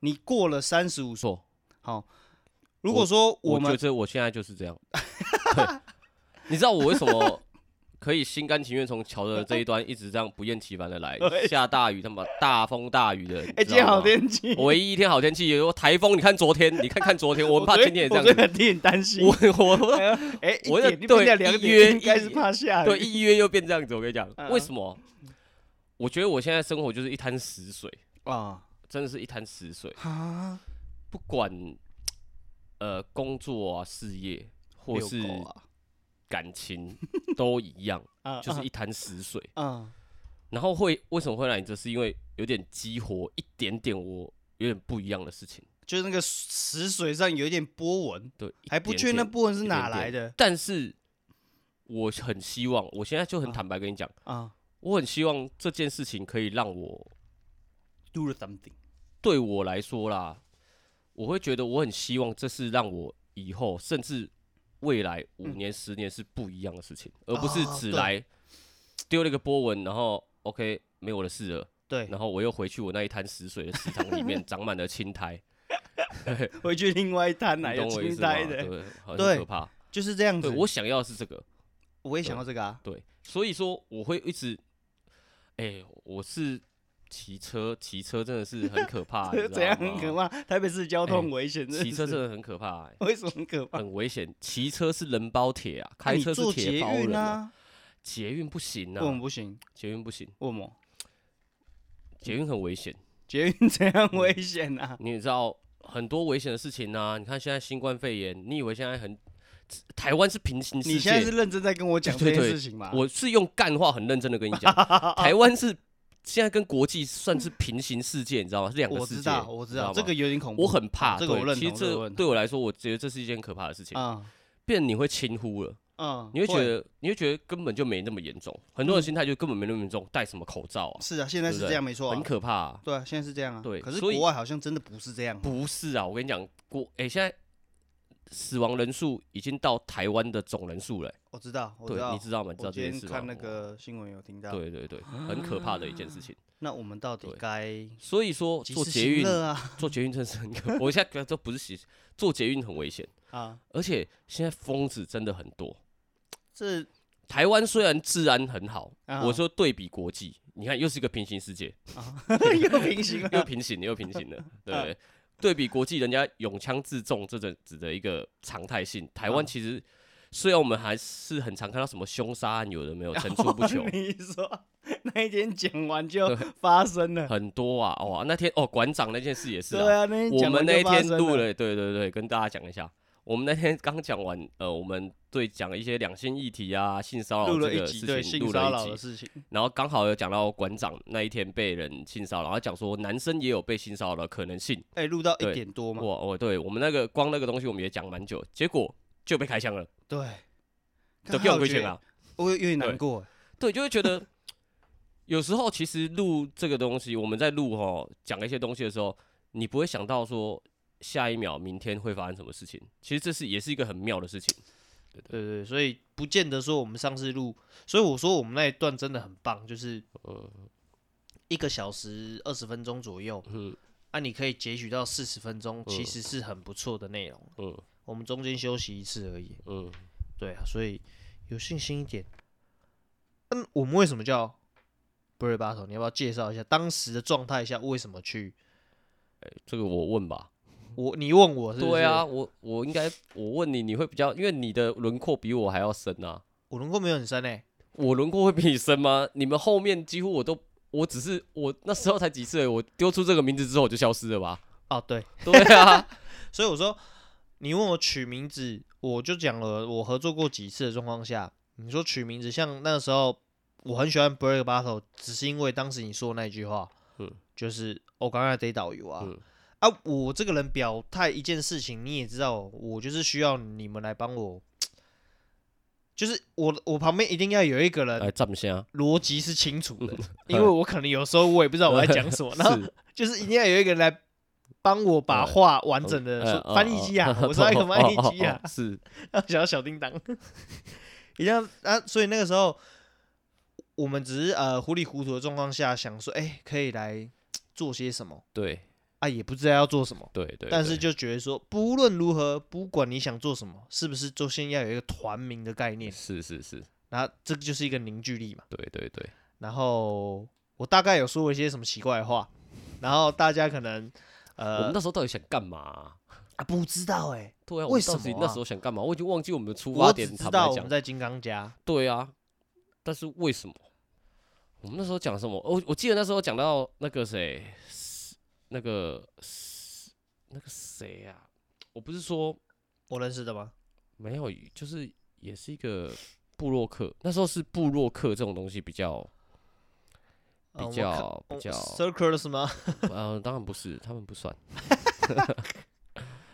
你过了三十五岁，
错。
好、如果说 我
我觉
们
得我现在就是这样。对你知道我为什么可以心甘情愿从桥的这一端一直这样不厌其烦的来？
对
下大雨，他妈大风大雨的。你
哎、
知
今天
道
好
吗。
天气，
我唯一一天好天气，有台风。你看昨天，你看看昨天，我
我
很怕
昨
今天也这样
我
子。
真的替你担心。
我 我
哎哎，一
我在
点你变
对
成两
一约
点，应该是
一
怕下雨。
对一约又变这样子，我跟你讲，
嗯
为什么？我觉得我现在生活就是一滩死水，
啊
真的是一滩死水。
啊，
不管呃工作啊、事业或
遛
是
狗啊
感情都一 样，
啊，
就是一滩死水。
啊
然后会为什么会来你这？是因为有点激活一点点我有点不一样的事情，
就是那个死水上有一点波纹，
对，一
还不
点
确定那
点
波纹是
一
哪
点点
来的
但是我很希望，我现在就很坦白跟你讲，
啊
我很希望这件事情可以让我
，do the something
对我来说啦，我会觉得我很希望这是让我以后甚至未来五年、十年是不一样的事情，而不是
嗯哦
只
对
来丢了一个波纹，然后 OK 没我的事了，
对，
然后我又回去我那一滩死水的池塘里 面长满了青苔，
回去另外一滩
你
来
懂
的
我意
青
思吗？
苔的，
对，很
对
可怕。
就是这样子
对。我想要的是这个，
我也想到这个啊，
对，所以说我会一直，哎、我是骑车，骑车真的是很可 怕，啊你知
怎样
道
很可
吗？哎
怕？台北市交通危险，
骑车
真
真
的
的很可怕、欸
是 为什么很可怕？
很危险。骑车是人包铁啊，
那
开
你
哎
车是
坐捷
铁包人
运啊，嗯
捷运不行
为什么
啊，
不行？
捷运不行，
为什么？
捷运很危险。
捷运怎样危险啊？
你也知道很多危险的事情啊，你看现在新冠肺炎，你以为现在很台湾是平行世界？
你现在是认真在跟我讲 这
对对
件
对
事情吗？
我是用干话很认真的跟你 讲，台湾是现在跟国际算是平行世界，你知道吗？是两个
我
世界。
知道，我知道
吗
这个有点恐怖。
我很怕，
这个我
对
认
其实
同这个我
这
认
对我来说，我觉得这是一件可怕的事情，
啊，
变你会轻忽了。
嗯，
你会觉
得
得你会觉得根本就没那么严重，很多
嗯
人心态就根本没那么严重，戴什么口罩啊，
是啊，现在是
对不对
这样没错、
很
啊，
可怕、啊。
对啊，现在是这样啊，
对
可是
所以
国外好像真的不是这样，
不是啊，我跟你讲，国哎、现在死亡人数已经到台湾的总人数了欸、
我知道，我知
对，
道，
你知道吗？你知道
我
这
今
件
天
事吗？
看那个新闻有听
我，
到，
对对对，很可怕的一件事情。
那我们到底
对
该
所以说
及
做
时
捷
行
运，
乐 啊
做捷运真是很可，我现在都 不是喜做捷运很危险，
啊，
而且现在疯子真的很多。
这
台湾虽然治安很好，
啊
我说对比国际，你看又是一个平行世界，
又平行
又
了，
平行又 平行了，对不对？对比国际，人家永枪自重这种指的一个常态性，台湾
啊
其实虽然我们还是很常看到什么凶杀案，有的没有层出 不穷，
你说那一天讲完就发生了，
很多啊，哇，那天哦，馆长那件事也是
对啊，那天
我
讲完
们那一
就发
天
生
录
了，
了，对对对，跟大家讲一下，我们那天刚讲完，呃，我们对讲一些两性议题啊、性骚
录
扰
了
这
一
个
集对
事情，
性
录
骚
了
扰
一
的
集，
事情，
然后刚好有讲到馆长那一天被人性骚扰，他讲说男生也有被性骚扰的可能性，
哎，录到一
对
点多嘛，
我我对我们那个光那个东西我们也讲蛮久，结果就被开枪了，
对，
就
刚
给
好
我亏
觉
钱
得
了，
我有有点
对
难过，
对，就会觉得有时候其实录这个东西，我们在录哈讲一些东西的时候，你不会想到说下一秒明天会发生什么事情。其实这是也是一个很妙的事情。
对对，所以不见得说我们上次录，所以我说我们那一段真的很棒，就是
呃，
一个小时二十分钟左右，
嗯
啊，你可以截取到四十分钟，其
嗯
实是很不错的内容。
嗯
我们中间休息一次而已，
嗯，
对啊，所以有信心一点。嗯，我们为什么叫 Bird Battle？你要不要介绍一下当时的状态下为什么去？
这个我问吧。
我你问我是不是？
对啊，，我我应该我问你，你会比较，因为你的轮廓比我还要深啊。
我轮廓没有很深欸诶、
我轮廓会比你深吗？你们后面几乎我都，我只是我那时候才几岁，我丢出这个名字之后我就消失了吧？
哦，对，
对啊，
所以我说，你问我取名字，我就讲了，我合作过几次的状况下，你说取名字，像那个时候我很喜欢 Break Battle，只是因为当时你说的那句话，
嗯
就是我刚才得导游啊，
嗯
啊，我这个人表态一件事情，你也知道，我就是需要你们来帮我，就是我我旁边一定要有一个人
来站一下，
逻辑是清楚
嗯
的，因为我可能有时候我也不知道我在讲什 么，然后
是
就是一定要有一个人来帮我把话完整的
呃
说翻译机啊，我说
哦
一个翻译机啊，，
是
想要小叮当，一定要啊，所以那个时候我们只是呃糊里糊涂的状况下想说，哎，可以来做些什么
对
啊，也不知道要做什么，
对对，
但是
对
就觉得说，不论如何，不管你想做什么，是不是就先要有一个团名的概念，
是是是，
然后这个就是一个凝聚力嘛。
对对对，
然后我大概有说过一些什么奇怪的话，然后大家可能
我们
呃
那时候到底想干嘛啊？
啊不知道哎、
对啊，
为什么啊
我们到底那时候想干嘛？我已经忘记我们的出发
我只
点，
知
坦
道
白
我们
讲，
在金刚家，
对啊，但是为什么？我们那时候讲什么？我我记得那时候讲到那个谁，那个那个谁啊？我不是说
我认识的吗？
没有，就是也是一个部落客，那时候是部落客这种东西比较比
呃我看
较比
哦
较
circles 吗？
呃，当然不是，他们不算，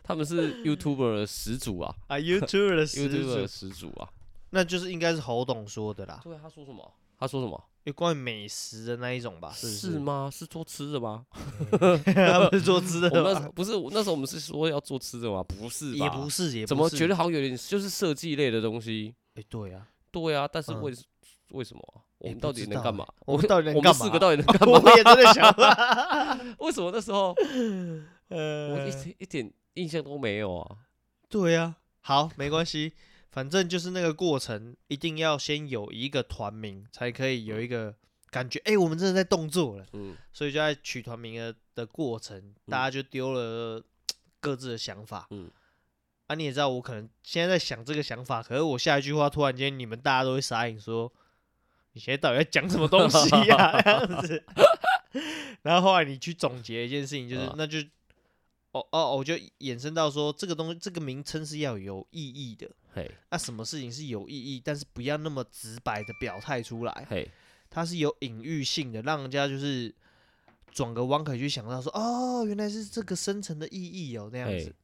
他们是 YouTuber 的始祖啊
啊，YouTube 的始
，YouTuber 的
祖，啊
始祖啊。
那就是应该是侯董说的啦，
对，他说什么？他说什么？
有关于美食的那一种吧，啊是不是？
吗？是做吃的吗？
他不是做吃
我
的
们那时
吗
候？不是我那时候我们是说要做吃的吗？不是吧？
也不是，也不
怎么
是
觉得？好像有点就是设计类的东西？
哎，对啊，对
对啊，但是
嗯
为、为什么啊？我
也
们
不
到底
知
能
道
干
欸
嘛？
我们到底能
我
干
们
嘛啊
四个到底能 干嘛？
我也真的想问，
为什么那时 候我
呃
一点一点印象都没有啊？
对啊，好，没关系，反正就是那个过程，一定要先有一个团名，才可以有一个感觉。哎、我们真的在动作了，
嗯，
所以就在取团名的的过程，大家就丢了各自的想法。
嗯
啊，你也知道，我可能现在在想这个想法，可是我下一句话突然间，你们大家都会傻眼说。你现在到底在讲什么东西呀、 这样子，然后后来你去总结一件事情，就是
啊
那就哦哦，我就衍生到说，这个东西这个名称是要有意义的。
嘿
那、什么事情是有意义，但是不要那么直白的表态出来，
嘿，
它是有隐喻性的，让人家就是转个弯可以去想到说，哦，原来是这个深层的意义哦，那样
嘿
子。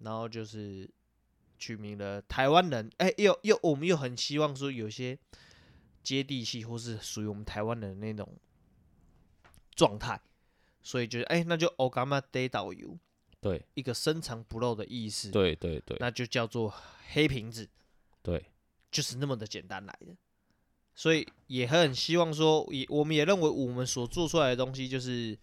然后就是取名了台湾人，哎、又又我们又很希望说有些接地气或是属于我们台湾人的那种状态，所以就是哎、那就 Ogama Day 导游
对
一个深藏不露的意思，
对对对
那就叫做黑瓶子，
对，
就是那么的简单来的。所以也很希望说，也我们也认为我们所做出来的东西，就是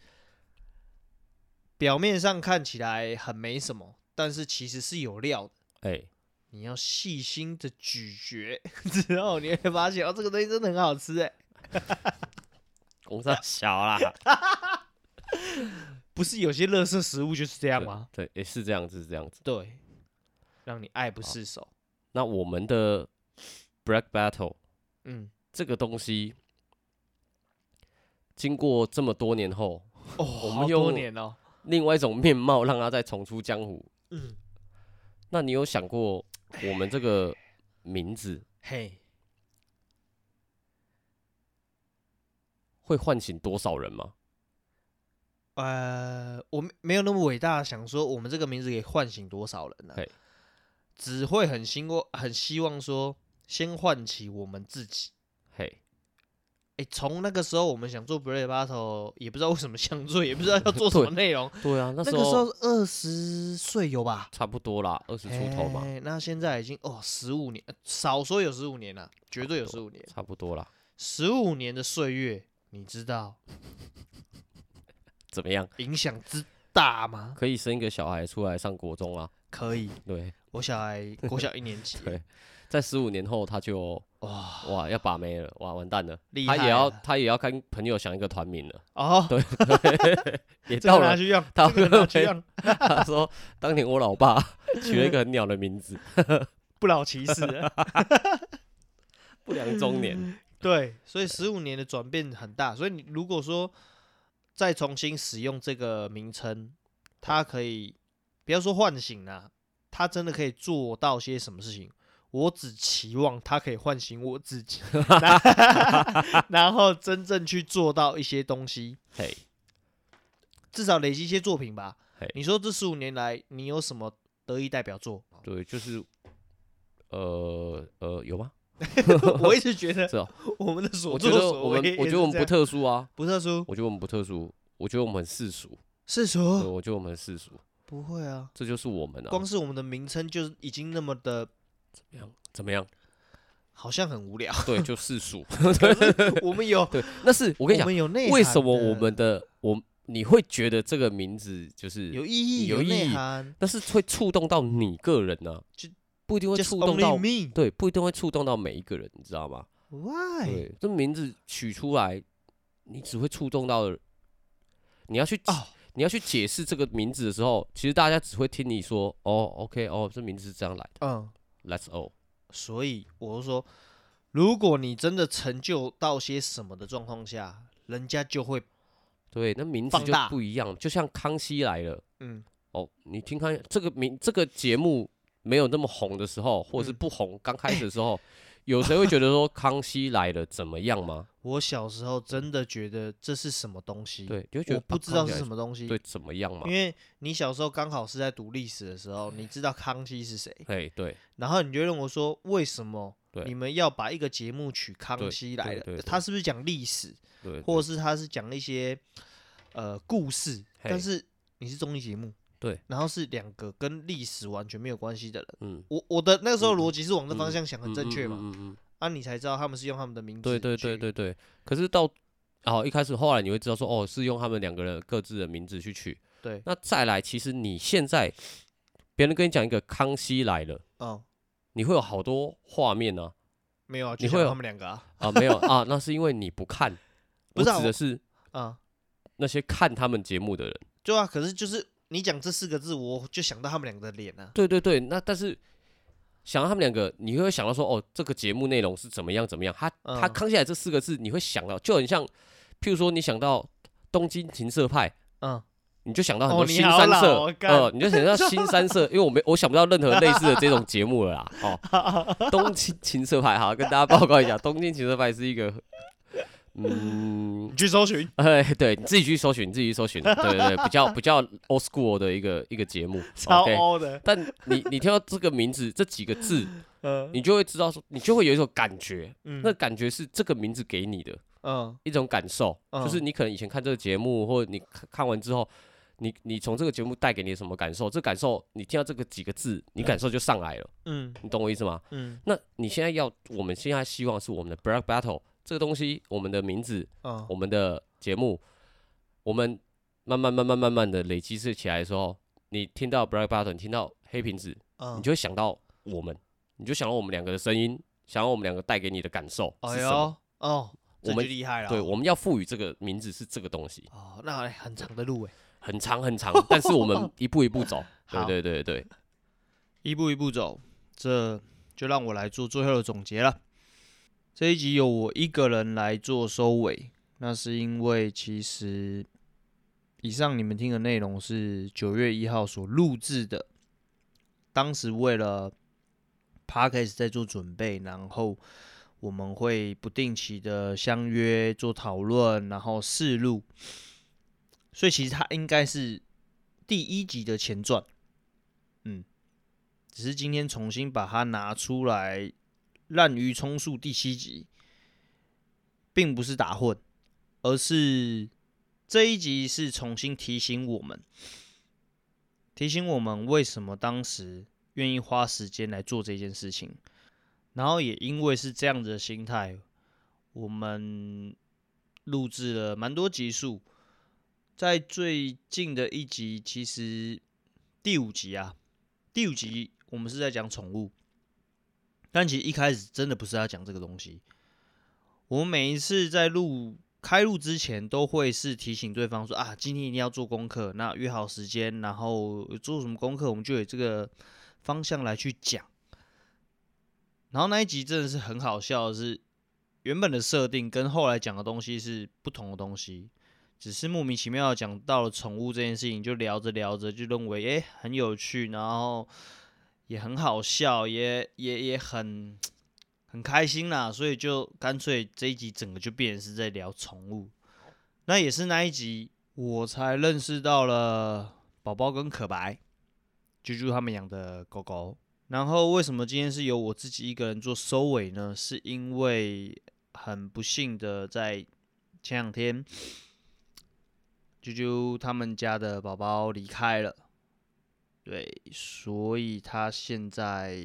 表面上看起来很没什么，但是其实是有料的。
哎，
你要细心的咀嚼 之后，你会发现哦，这个东西真的很好吃哎，
公司小 啦，
不是有些垃圾食物就是这样吗？
对，也是这样子，是这样子。
对，让你爱不释手。
那我们的 Black Battle
嗯，
这个东西，经过这么多年后，
哦，
我们
好多
又
年哦，
另外一种面貌让它再重出江湖。
嗯，
那你有想过我们这个名字
嘿，
会唤醒多少人吗？
呃，我没没有那么伟大，想说我们这个名字可以唤醒多少人呢、
嘿
只会很希望，很希望说，先唤起我们自己。
嘿，
哎，从那个时候我们想做 b r a v Battle，也不知道为什么想做，也不知道要做什么内容。
对啊，那
那
时
个时
候
候二十岁有吧？
差不多啦，二十出头嘛，
嘿那现在已经哦十五年，呃少说有十五年了，绝对有
差
十五年，
差不多啦。
十五年的岁月，你知道
怎么样？
影响之大吗？
可以生一个小孩出来上国中啊？
可以，
对，，
我小孩国小一年级
对在十五年后他就
哇，
哇要把妹了，哇完蛋了，
厉
他
害啊
也要
了
他也要跟朋友想一个团名 了，
哦，
也
这
到
个拿
了。
去用，
到
这个拿
了
去
没
用，
他说当年我老爸 取了一个很鸟的名字，
不老骑士了。
不良中
嗯
年。
对，所以十五年的转变很大，所以你如果说再重新使用这个名称，它可以不要说唤醒啦、它真的可以做到些什么事情？我只期望它可以唤醒我 自己，然然后真正去做到一些东西，
嘿，
至少累积一些作品吧
嘿。
你说这十五年来，你有什么得意代表 作？
对，就是呃呃有吗？
我一直觉得
是哦，
我们的所
我觉
作
得
所
我
为
们
也
我觉
是
得我们
这
不
样
特殊啊，
不特殊，
我觉得我们不特殊，我觉得我们很世俗，
世
对，
俗
我觉得我们很世俗，
不会啊，
这就是我们啊。
光是我们的名称就是已经那么的，
怎么样？怎 么样？
好像很无 聊。
对，就世俗。
可是我们有，
对，那是 我
我
跟你讲，
们有内涵的，
为什么我们的我你会觉得这个名字就是
有意义、
有意
内
义
涵
但是会触动到你个人啊呢、
就
不一定会
？Just
触动到
only，me.
对，不一定会触动到每一个人，你知道吗？
Why?
对，这名字取出来，你只会触动到，你要去解、
哦
你要去解释这个名字的时候，其实大家只会听你说，哦，OK，哦，这名字是这样来
嗯，
的，Let's all，
所以我就说，如果你真的成就到些什么的状况下，人家就会，
对，那名字
放
就
大
不一样，就像康熙来了。
嗯，
哦，你听看这个名这个节目没有那么红的时候，或者是
嗯
不红刚开始的时候，有谁会觉得说康熙来了怎么样吗？
我小时候真的觉得这是什么东西，
对，就会觉
我
得
不知道是什
么，
么东西，
对，怎么样嘛
因？为你小时候刚好是在读历史的时候，你知道康熙是谁，
哎，对，
然后你就认为说，为什么
对
你们要把一个节目取康
对
熙来
对对
了？
对
他是不是讲历史，
对，
或者
对
是他是讲一些呃故事？
嘿
但是你是综艺节目，
对，
然后是两个跟历史完全没有关系的人。
嗯，
我我的那个时候
嗯
逻辑是往这
嗯
方向想，很
嗯
正确嘛？
嗯嗯嗯嗯，
啊，你才知道他们是用他们的名字。
对对对。对对。可是到哦一开始后来你会知道说，哦，是用他们两个人各自的名字去取。
对
那再来，其实你现在别人跟你讲一个康熙来了，
哦，
你会有好多画面呢。
没有啊，就
你
想
会
到
有
他们两个啊，
啊，没有啊，那是因为你不看。
不
我
是啊
指
我
的是
啊，
那些看他们节目的人。
对啊。可是就是你讲这四个字，我就想到他们两个的脸啊。
对对对，那但是想到他们两个，你会想到说，哦，这个节目内容是怎么样怎么样。他、他
嗯
康熙来这四个字，你会想到，就很像，譬如说你想到东京情色派，
嗯，
你就想到很
哦
多
你
新
好
三
老
色，
哦干
呃，你就想到新三色，因为我没我想不到任何类似的这种节目了啦。 哦，东京情色派，好，跟大家报告一下，东京情色派是一个嗯
你，去搜寻
哎，对，你自己去搜寻，你自己去搜寻，对对对，比较比较 old school 的一个一个节目
超
，OK。
欧的，
但你你听到这个名字这几个字，
嗯
你就会知道说，你就会有一种感觉，
嗯
那感觉是这个名字给你的
嗯，
一种感受，就是
嗯
你可能以前看这个节目，或者你看看完之后，你你从这个节目带给你什么感受？这感受你听到这个几个字，你感受就上来了，
嗯
你懂我意思吗？
嗯
那你现在要，我们现在希望是我们的 Black Battle 这个东西，我们的名字，
嗯
哦
我们的节目，我们慢慢慢慢慢慢的累积是起来的时候，你听到 Black Button，你听到黑瓶子，你
嗯，
就会想到我们，你就想到我们两个的声音，想到我们两个带给你的感受是
哎
什么？
呦，哦，
我
这就
们
厉害了，
对，我们要赋予这个名字是这个东西，
哦，那还很长的路哎，
很长很 长，但是我们一步一步走。对
好
对对对，
一步一步走，这就让我来做最后的总结了。这一集由我一个人来做收尾，那是因为其实以上你们听的内容是九月一号所录制的，当时为了 p a d k a s 在做准备，然后我们会不定期的相约做讨论，然后试录，所以其实它应该是第一集的前传。只是今天重新把它拿出来，《滥竽充数》第七集，并不是打混，而是这一集是重新提醒我们，提醒我们为什么当时愿意花时间来做这件事情，然后也因为是这样子的心态，我们录制了蛮多集数，在最近的一集，其实第五集啊，第五集我们是在讲宠物，但其实一开始真的不是要讲这个东西。我们每一次在录开录之前，都会是提醒对方说啊，今天一定要做功课，那约好时间，然后做什么功课，我们就有这个方向来去讲。然后那一集真的是很好笑的是，原本的设定跟后来讲的东西是不同的东西，只是莫名其妙地讲到了宠物这件事情，就聊着聊着就认为诶很有趣，然后也很好笑，也也也很很开心啦，所以就干脆这一集整个就变成是在聊宠物。那也是那一集我才认识到了宝宝跟可白，啾啾他们养的狗狗。然后为什么今天是由我自己一个人做收尾呢？是因为很不幸的在前两天。啾啾他们家的宝宝离开了，对，所以他现在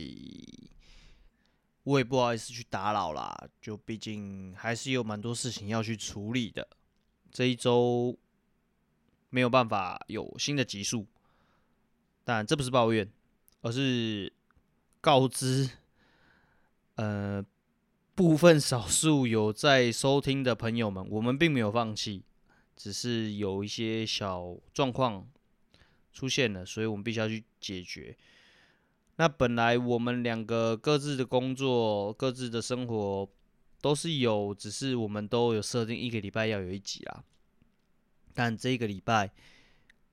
我也不好意思去打扰啦，就毕竟还是有蛮多事情要去处理的。这一周没有办法有新的集数，但这不是抱怨，而是告知，呃，部分少数有在收听的朋友们，我们并没有放弃。只是有一些小状况出现了，所以我们必须要去解决。那本来我们两个各自的工作、各自的生活都是有，只是我们都有设定一个礼拜要有一集啦。但这个礼拜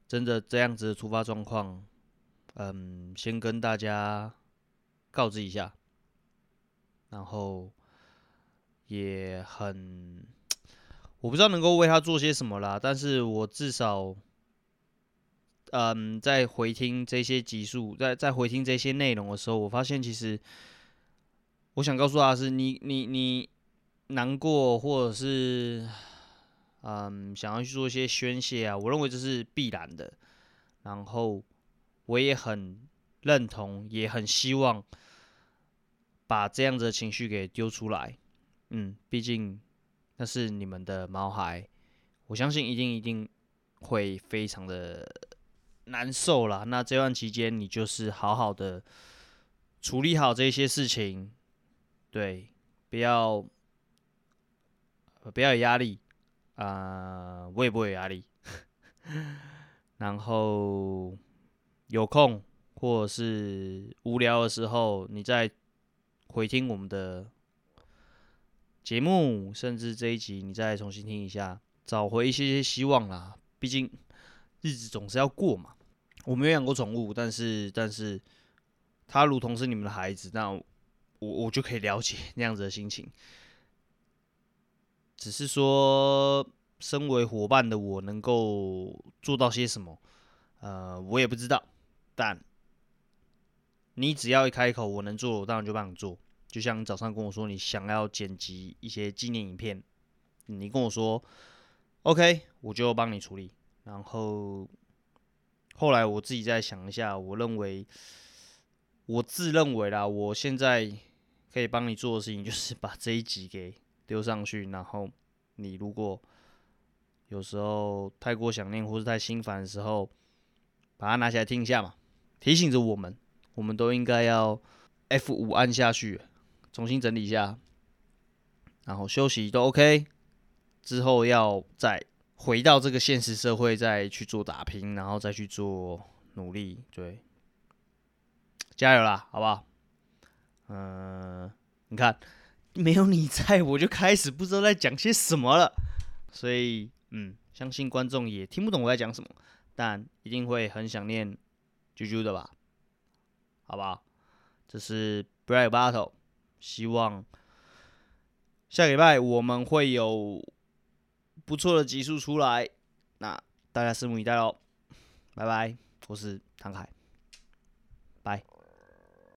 真的这样子的突发状况，嗯，先跟大家告知一下，然后也很我不知道能够为他做些什么啦，但是我至少，嗯，在回听这些集数，在在回听这些内容的时候，我发现其实，我想告诉他的是你你你难过或者是，嗯，想要去做一些宣泄啊，我认为这是必然的。然后我也很认同，也很希望把这样子的情绪给丢出来。嗯，毕竟那是你们的毛孩，我相信一定一定会非常的难受啦。那这段期间，你就是好好的处理好这些事情，对，不要、呃不要有压力啊、呃我也不会有压力。 然后有空或者是无聊的时候，你再回听我们的节目，甚至这一集你再重新听一下，找回一些些希望啦。毕竟日子总是要过嘛。我没有养过宠物，但是但是它如同是你们的 孩子，那我我就可以了解那样子的心情。只是说身为伙伴的我能够做到些什么，呃，我也不知道，但你只要一开口，我能做，我当然就帮你做。就像你早上跟我说你想要剪辑一些纪念影片，你跟我说 OK，我就帮你处理。然后后来我自己再想一下，我认为我自认为啦，我现在可以帮你做的事情就是把这一集给丢上去，然后你如果有时候太过想念或是太心烦的时候，把它拿起来听一下嘛，提醒着我们，我们都应该要 F 五按下去，啊重新整理一下，然后休息都 OK，之后要再回到这个现实社会，再去做打拼，然后再去做努力，对，加油啦，好不好？嗯、你看，没有你在，我就开始不知道在讲些什么了。所以，嗯，相信观众也听不懂我在讲什么，但一定会很想念啾啾的吧？好不好？这是 Black Battle，希望下个礼拜我们会有不错的集数出来，那大家拭目以待喽。拜拜，我是唐凯。